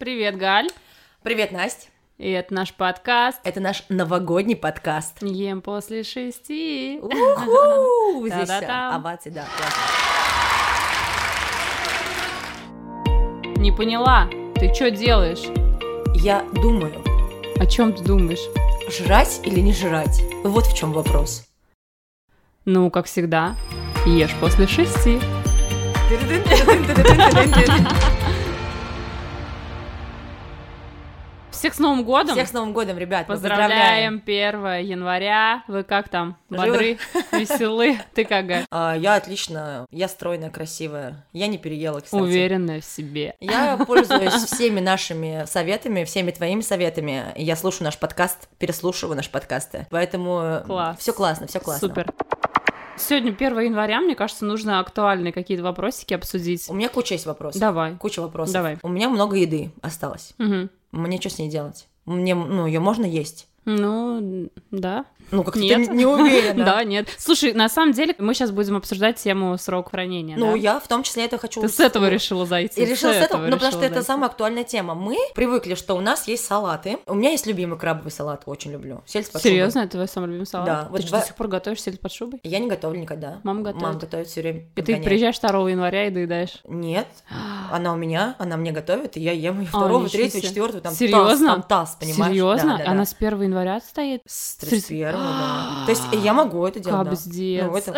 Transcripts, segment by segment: Привет, Галь. Привет, Настя. И это наш подкаст. Это наш новогодний подкаст. Ем после шести. Уху! Здесь Та-да-там. вся овация, да. классно. Не поняла. Ты что делаешь? Я думаю, О чем ты думаешь? жрать или не жрать? Вот в чем вопрос. Ну, как всегда, ешь после шести. Всех с Новым годом! Всех с Новым годом, ребят. мы Поздравляем 1 января. Вы как там? Бодры, Живы? веселы? Ты как, Галь? А, я отлично, я стройная, красивая. Я не переела, кстати. Уверенная в себе. Я пользуюсь всеми нашими советами, всеми твоими советами. Я слушаю наш подкаст, переслушиваю наши подкасты. Поэтому Класс. все классно, все классно. Супер. Сегодня 1 января, мне кажется, нужно актуальные какие-то вопросики обсудить. У меня куча есть вопросов. Давай. Куча вопросов. Давай. У меня много еды осталось. Мгм. Мне что с ней делать? Мне, ну, ее можно есть? Ну, да. Ну, как-то Нет. ты не- не уверена. Да, нет. Слушай, на самом деле мы сейчас будем обсуждать тему срок хранения. Ну, да? я в том числе это хочу... Ты с этого ну, решила зайти. И решила с этого, ну, потому решила что это зайти. самая актуальная тема. Мы привыкли, что у нас есть салаты. У меня есть любимый крабовый салат, очень люблю. Сельдь под шубой. Серьезно, это твой самый любимый салат? Да, Ты вот что, два- до сих пор готовишь сельдь под шубой? Я не готовлю никогда. Мама готовит. Мама готовит все время. И ты подгоняет. приезжаешь 2 января и доедаешь. Нет, она у меня, она мне готовит, и я ем ее А, второго, ничего третьего, себе. четвертого, там таз, Серьезно? там таз, понимаешь? Серьезно? Да, да, да. Она с 1 января стоит? С 31 да. То есть я могу это делать, да. Кабздец. Ну, это-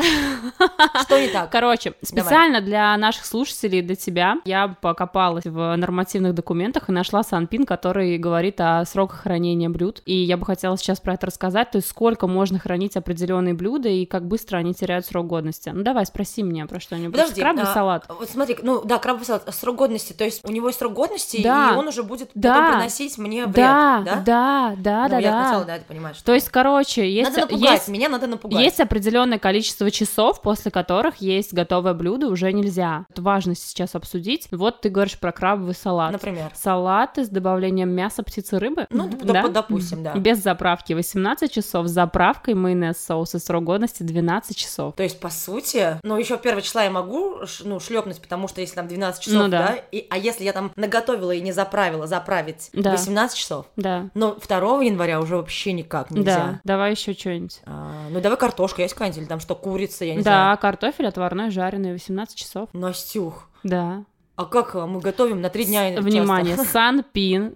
Что не так? Короче, специально для наших слушателей, для тебя, я покопалась в нормативных документах и нашла санпин, который говорит о сроках хранения блюд. И я бы хотела сейчас про это рассказать, то есть сколько можно хранить определенные блюда и как быстро они теряют срок годности. Ну давай, спроси меня про что-нибудь. Подожди, Крабовый а, салат. Вот смотри, ну да, крабовый салат, срок годности, то есть у него есть срок годности, Да. и он уже будет Да. потом приносить мне вред, Да, да? да, да, да, Ну, да. я хотела, да, это понимать. что- То есть, короче, есть, надо напугать, есть меня надо напугать. Есть определенное количество часов, после которых есть готовое блюдо, уже нельзя. Это важно сейчас обсудить. Вот ты говоришь про крабовый салат. Например. Салаты с добавлением мяса, птицы, рыбы. Ну, доп- доп- допустим, да. Без заправки 18 часов, с заправкой майонез, соус и срок годности 12 часов. То есть, по сути, ну, еще 1 числа я могу ш- ну, шлепнуть, потому что если там 12 часов, Ну да. да, и, а если я там наготовила и не заправила, заправить Да. 18 часов, Да. но 2 января уже вообще никак Да, нельзя. давай еще что-нибудь. А, ну, давай картошка есть какая-нибудь, или там что, курица, я не Да, знаю. картофель отварной, жареный 18 часов. Настюх, Да. а как а, мы готовим на 3 дня? С- часто? Внимание, Санпин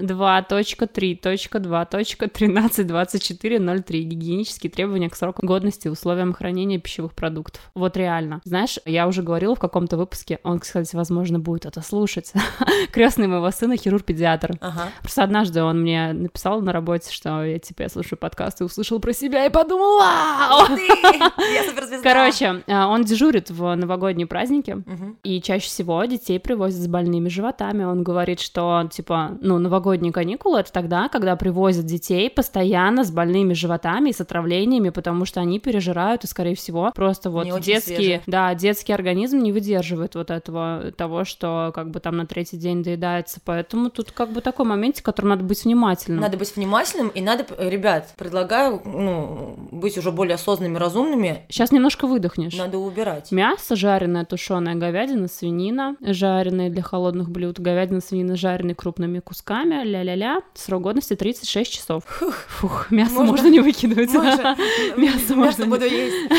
2.3.2.13.24.03. Гигиенические требования к сроку годности и условиям хранения пищевых продуктов. Вот реально. Знаешь, я уже говорила в каком-то выпуске, он, кстати, возможно, будет это слушать. Крестный моего сына хирург-педиатр. Ага. Просто однажды он мне написал на работе, что я типа я слушаю подкаст и услышал про себя и подумал, вау! Ух ты! Я суперзвезда. Короче, э, он дежурит в новогодние праздники, Мгм. и чаще всего детей привозят с больными животами. Он говорит, что, типа, ну, новогодние каникулы — это тогда, когда привозят детей постоянно с больными животами и с отравлениями, потому что они пережирают, и, скорее всего, просто вот Не очень детские... свежие. Да, детский организм не выдерживает вот этого, того, что как бы там на третий день доедается. Поэтому тут как бы такой моментик, к которому надо быть внимательным. Надо быть внимательным и надо, э, ребят, предлагаю, ну, быть уже более осознанными, разумными. Сейчас немножко выдохнешь. Надо убирать. Мясо, жареная тушеная говядина, свинина, жареные для холодных блюд, говядина, свинина, жареные крупными кусками, ля-ля-ля, срок годности 36 часов. Фух, мясо можно, Можно? не выкидывать. Можно. Мясо можно Мясо не- буду есть.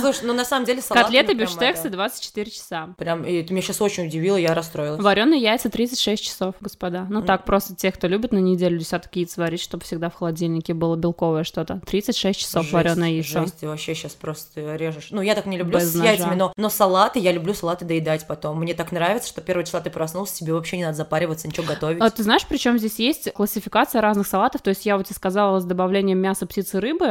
Слушай, ну на самом деле салат... Котлеты, мне прям бифштексы это- 24 часа. Прям, и это меня сейчас очень удивило, я расстроилась. Вареные яйца 36 часов, господа. Ну М. так, просто те, кто любит на неделю десяток яиц варить, чтобы всегда в холодильнике было белковое что-то. 36 часов Жесть, вареное яйцо. Жесть, ты вообще сейчас просто режешь. Ну, я так не люблю Без с ножа. яйцами, но, но салаты, я люблю салаты доедать потом. Мне так нравится, что первого числа ты проснулся, тебе вообще не надо запариваться, ничего готовить. А ты знаешь, причем здесь есть классификация разных салатов. То есть я вот тебе сказала с добавлением мяса, птицы, рыбы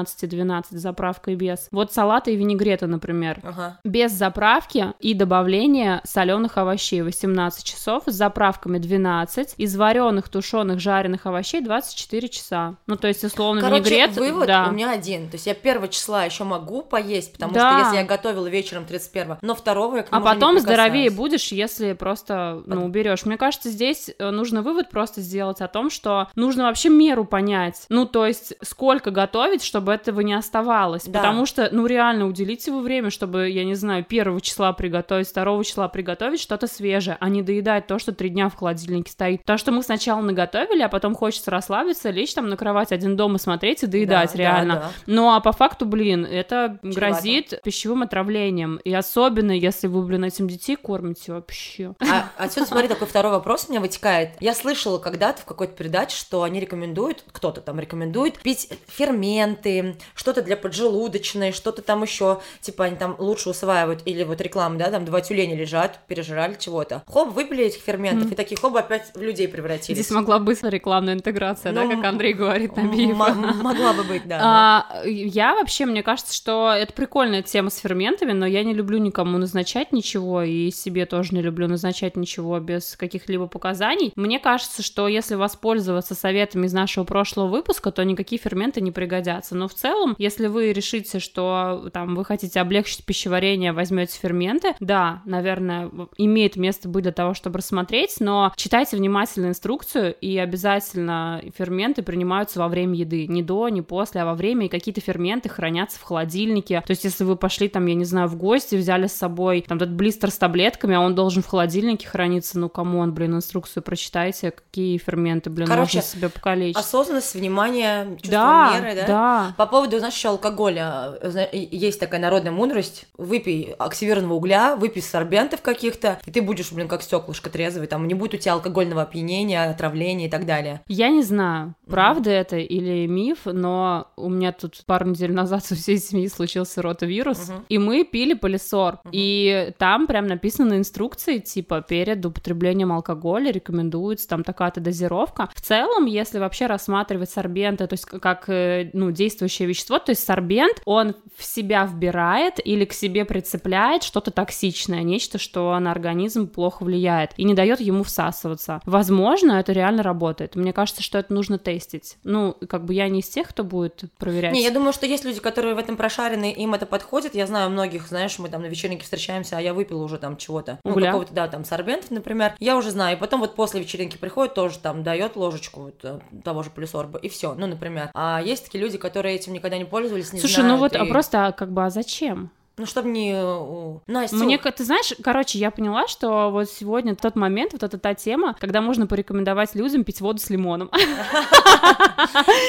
18-12, заправка и без. Вот салаты и винегреты, например. Ага. Без заправки и добавления соленых овощей 18 часов, с заправками 12, из вареных, тушеных, жареных овощей 24 часа. Ну, то есть, условно, Короче, винегрет... вывод да. у меня один. То есть я первого числа еще могу поесть, потому Да. что если я готовила вечером 31 но второго я к А нему уже не потом здоровее прикасаюсь. будешь, если просто, ну, уберешь. Мне кажется, здесь э, нужно вывод просто сделать о том, что нужно вообще меру понять. Ну, то есть, сколько готовить, чтобы этого не оставалось. Да. Потому что, ну, реально, уделите его время, чтобы, я не знаю, первого числа приготовить, второго числа приготовить что-то свежее, а не доедать то, что три дня в холодильнике стоит. То, что мы сначала наготовили, а потом хочется расслабиться, лечь там на кровать один дома смотреть и доедать Да, да, реально. да. Ну а по факту, блин, это грозит пищевым отравлением. И особенно, если вы, блин, этим детей кормите вообще. А отсюда, смотри, такой второй вопрос у меня вытекает. Я слышала когда-то в какой-то передаче, что они рекомендуют, кто-то там рекомендует, пить ферменты, что-то для поджелудочной, что-то там еще, типа они там лучше усваивают, или вот реклама, да, там два тюленя лежат, пережрали чего-то. Хоп, выпили этих ферментов, Мгм. и такие хоп, опять в людей превратились. Здесь могла быть рекламная интеграция, да, Ну, как Андрей говорит на М- м- Могла бы быть, да. но- А, я вообще, мне кажется, что это прикольная тема с ферментами, но я не люблю никому назначать ничего, и себе тоже не люблю назначать ничего без каких-либо показаний. Мне кажется, что если воспользоваться советами из нашего прошлого выпуска, то никакие ферменты не пригодятся. Но в целом, если вы решите, что там вы хотите облегчить пищеварение, возьмете ферменты, да, наверное, в- имеет место быть для того, чтобы рассмотреть, но читайте внимательно инструкцию, и обязательно ферменты принимаются во время еды, не до, не после, а во время, и какие-то ферменты хранятся в холодильнике, то есть если вы пошли там, я не знаю, в гости, взяли с собой там этот блистер с таблетками, а он должен в холодильнике храниться, ну камон, блин, инструкцию прочитайте, какие ферменты, блин, Короче, можно себе покалечить. Осознанность, внимание, чувство да, меры, да? да. По поводу, знаешь, еще алкоголя. Зна- и- Есть такая народная мудрость. Выпей оксиверного угля, выпей сорбентов каких-то, и ты будешь, блин, как стеклышко трезвый. Там не будет у тебя алкогольного опьянения, отравления и так далее. Я не знаю, Мгм. правда это или миф, но у меня тут пару недель назад у всей семьи случился ротовирус, Мгм. и мы пили полисор. Мгм. И там прям написаны инструкции, типа, перед употреблением алкоголя рекомендуется там такая-то дозировка. В целом, если вообще рассматривать сорбенты, то есть к- как, э, ну, действующее вещество, то есть сорбент, он в себя вбирает или к себе прицепляет что-то токсичное, нечто, что на организм плохо влияет и не дает ему всасываться. Возможно, это реально работает. Мне кажется, что это нужно тестить. Ну, как бы я не из тех, кто будет проверять. Не, я думаю, что есть люди, которые в этом прошарены, им это подходит. Я знаю многих, знаешь, мы там на вечеринке встречаемся, а я выпила уже там чего-то. Ну, Угля. какого-то, да, там сорбентов, например. Я уже знаю. И потом вот после вечеринки приходит, тоже там дает ложечку вот, э, того же плюсорба, и все. Ну, например. А есть такие люди, которые этим никогда не пользовались, не Слушай, ну знают, вот а и- просто а, как бы а зачем? Ну, чтобы не... э, у- Настю. Мне, ка- Ну, ты знаешь, короче, я поняла, что вот сегодня тот момент, вот это та тема, когда можно порекомендовать людям пить воду с лимоном. Если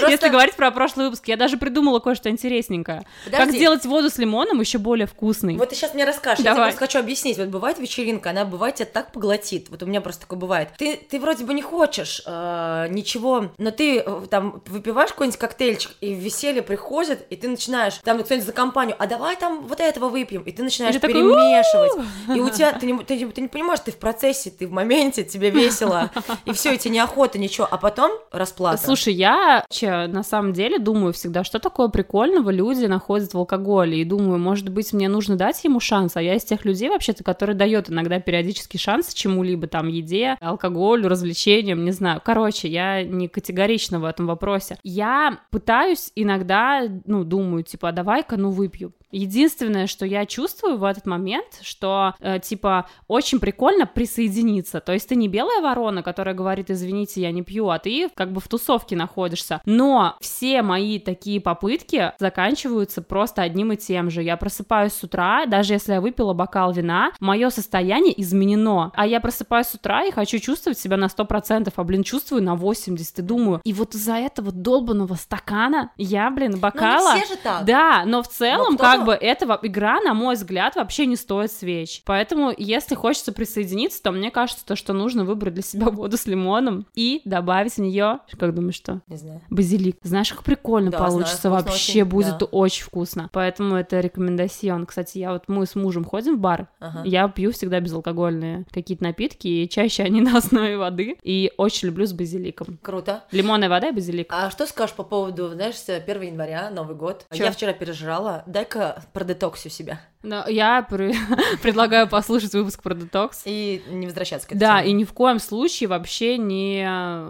Просто- говорить про прошлый выпуск, я даже придумала кое-что интересненькое. Как Подожди. сделать воду с лимоном еще более вкусной. Вот ты сейчас мне расскажешь, я тебе Давай. просто хочу объяснить. Вот бывает вечеринка, она бывает тебя так поглотит. Вот у меня просто такое бывает. Ты, ты вроде бы не хочешь э, ничего, но ты э, там выпиваешь какой-нибудь коктейльчик, и веселье приходит, и ты начинаешь, там кто-нибудь за компанию, а давай там вот этого выпьем, и ты начинаешь И ты такой, перемешивать. И у тебя, ты не, ты не- ты не понимаешь, ты в процессе, ты в моменте, тебе весело, и все, и тебе неохота, ничего. А потом расплата. Слушай, я вообще, на самом деле думаю всегда, что такое прикольного люди находят в алкоголе. И думаю, может быть, мне нужно дать ему шанс. А я из тех людей, вообще-то, которые дают иногда периодически шанс чему-либо, там, еде, алкоголю, развлечениям, не знаю. Короче, я не категорична в этом вопросе. Я пытаюсь иногда, ну, думаю, типа, а давай-ка, ну, выпью. Единственное, что я чувствую в этот момент, что, э, типа, очень прикольно присоединиться. То есть ты не белая ворона, которая говорит, извините, я не пью, а ты как бы в тусовке находишься. Но все мои такие попытки заканчиваются просто одним и тем же. Я просыпаюсь с утра, даже если я выпила бокал вина, мое состояние изменено. А я просыпаюсь с утра и хочу чувствовать себя на 100%, а, блин, чувствую на 80%. И думаю, и вот из-за этого долбанного стакана я, блин, Ну, бокала... не все же так. Да, но в целом, кто-то- как бы, эта во- игра, на мой взгляд, вообще не стоит свеч. Поэтому, если хочется присоединиться, то мне кажется, то, что нужно выбрать для себя воду с лимоном и добавить в нее, как думаешь, что? Не знаю. Базилик. Знаешь, как прикольно Да, получится знаю, вкусно вообще, очень, будет да. очень вкусно. Поэтому это рекомендацион. Кстати, я вот мы с мужем ходим в бар, Ага. я пью всегда безалкогольные какие-то напитки, и чаще они на основе воды, и очень люблю с базиликом. Круто. Лимонная вода и базилик. А что скажешь по поводу, знаешь, 1 э, января, Новый год? Чё? Я вчера пережрала. Дай-ка про, про детоксию себя. Но я пр- предлагаю послушать выпуск про детокс. И не возвращаться к этой Да, теме. и ни в коем случае вообще не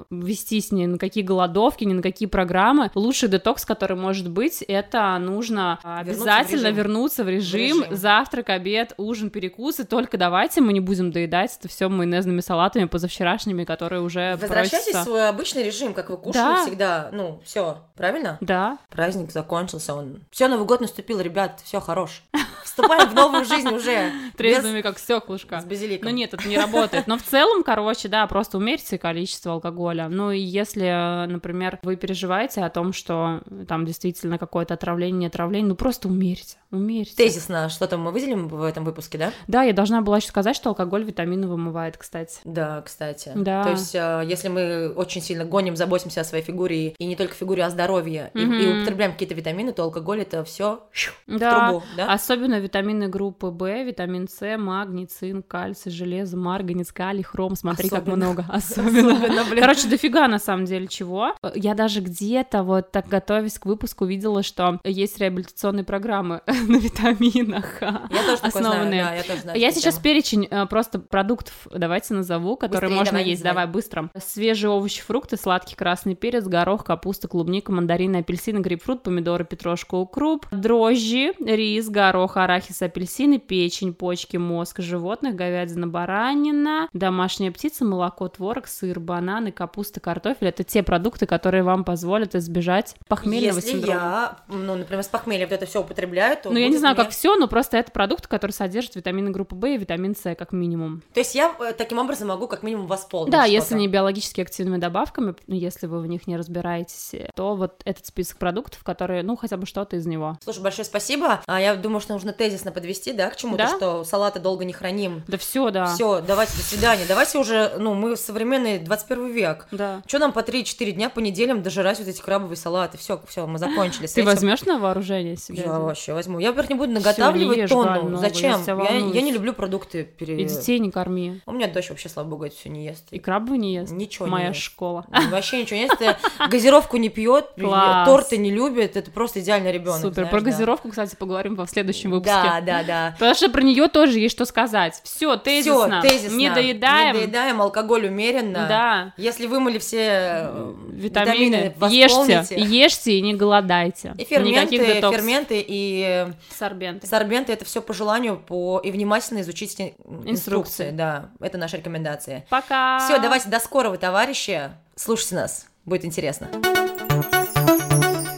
вестись ни на какие голодовки, ни на какие программы. Лучший детокс, который может быть, это нужно Вернуться в обязательно режим. вернуться в режим, режим. завтрак, обед, ужин, перекус, и только давайте мы не будем доедать это все майонезными салатами позавчерашними, которые уже Возвращайтесь в просятся. свой обычный режим, как вы кушали Да. всегда. Ну, все, правильно? Да, Праздник закончился, он... Все, Новый год наступил, ребят, все хорош. Вступаем в новую жизнь уже. трезвыми, как Без- стеклышко. С базиликом. Ну нет, это не работает. Но в целом, короче, да, просто умерьте количество алкоголя. Ну и если, э, например, вы переживаете о том, что там действительно какое-то отравление, не отравление, ну просто умерьте, умерьте. Тезисно, что там мы выделим в этом выпуске, да? Да, я должна была еще сказать, что алкоголь витамины вымывает, кстати. Да, кстати. Да. То есть, э, если мы очень сильно гоним, заботимся о своей фигуре, и- и не только фигуре, а здоровье, и- Мгм. и, употребляем какие-то витамины, то алкоголь это все Да. в трубу, да? Особенно витамины группы В, витамин С, магний, цинк, кальций, железо, марганец, калий, хром. Смотри, как Особенно. много. Особенно. Особенно, блин. Короче, дофига на самом деле чего. Я даже где-то вот так готовясь к выпуску увидела, что есть реабилитационные программы на витаминах. А. я тоже такое знаю, основанные. да, я тоже знаю. Я такую сейчас тему. перечень э, просто продуктов давайте назову, которые Быстрее, можно давай, есть. называй. Давай быстро. Свежие овощи, фрукты, сладкий красный перец, горох, капуста, клубника, мандарины, апельсины, грейпфрут, помидоры, петрушка, укроп, дрожжи, рис, горох, арахис, апельсины, печень, почки, мозг животных, говядина, баранина, домашняя птица, молоко, творог, сыр, бананы, капуста, картофель. Это те продукты, которые вам позволят избежать похмельного Если синдрома. я, ну, например, с похмелья вот это все употребляю, то... Ну, я не будет знаю, мне- как все, но просто это продукты, которые содержат витамины группы В и витамин С, как минимум. То есть я э, таким образом могу как минимум восполнить Да, что-то. если не биологически активными добавками, ну, если вы в них не разбираетесь, э, то вот этот список продуктов, которые, ну, хотя бы что-то из него. Слушай, большое спасибо. А я думаю, что нужно тезисно подвести, да, к чему-то, Да. что салаты долго не храним. Да все, да. Все, давайте, до свидания. Давайте уже, ну, мы современный 21 век. Да. Что нам по 3-4 дня по неделям дожирать вот эти крабовые салаты? Все, все, мы закончили. с Ты этим. возьмешь на вооружение себе? Я один? вообще возьму. Я, во-первых, не буду Всё, не наготавливать ешь, тонну. Галь, много, Зачем? я тебя Я, я не волнуюсь. люблю продукты пере... И детей не корми. У меня дочь вообще, слава богу, это все не ест. И крабовый не ест. Ничего Моя не ест. школа. Вообще ничего не ест. Э, Газировку не пьет, Класс. торты не любит. Это просто идеальный ребенок. Супер. знаешь, Про да. газировку, кстати, поговорим во следующем выпуске. Да, да, да. Потому что про нее тоже есть что сказать. Все, тезисно. Всё, тезисно. Не доедаем. Не доедаем, алкоголь умеренно. Да. Если вымыли все э, Витамины. восполните. Ешьте. Ешьте и не голодайте. И ферменты, Никаких детокс. ферменты и э, Сорбенты. сорбенты это все по желанию по и внимательно изучить ин- инструкции. А Инструкции. Да, это наши рекомендации. Пока. Все, давайте до скорого, товарищи. Слушайте нас, будет интересно.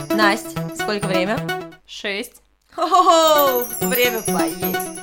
Настя, сколько время? Шесть. Хо-хо-хо, время поесть.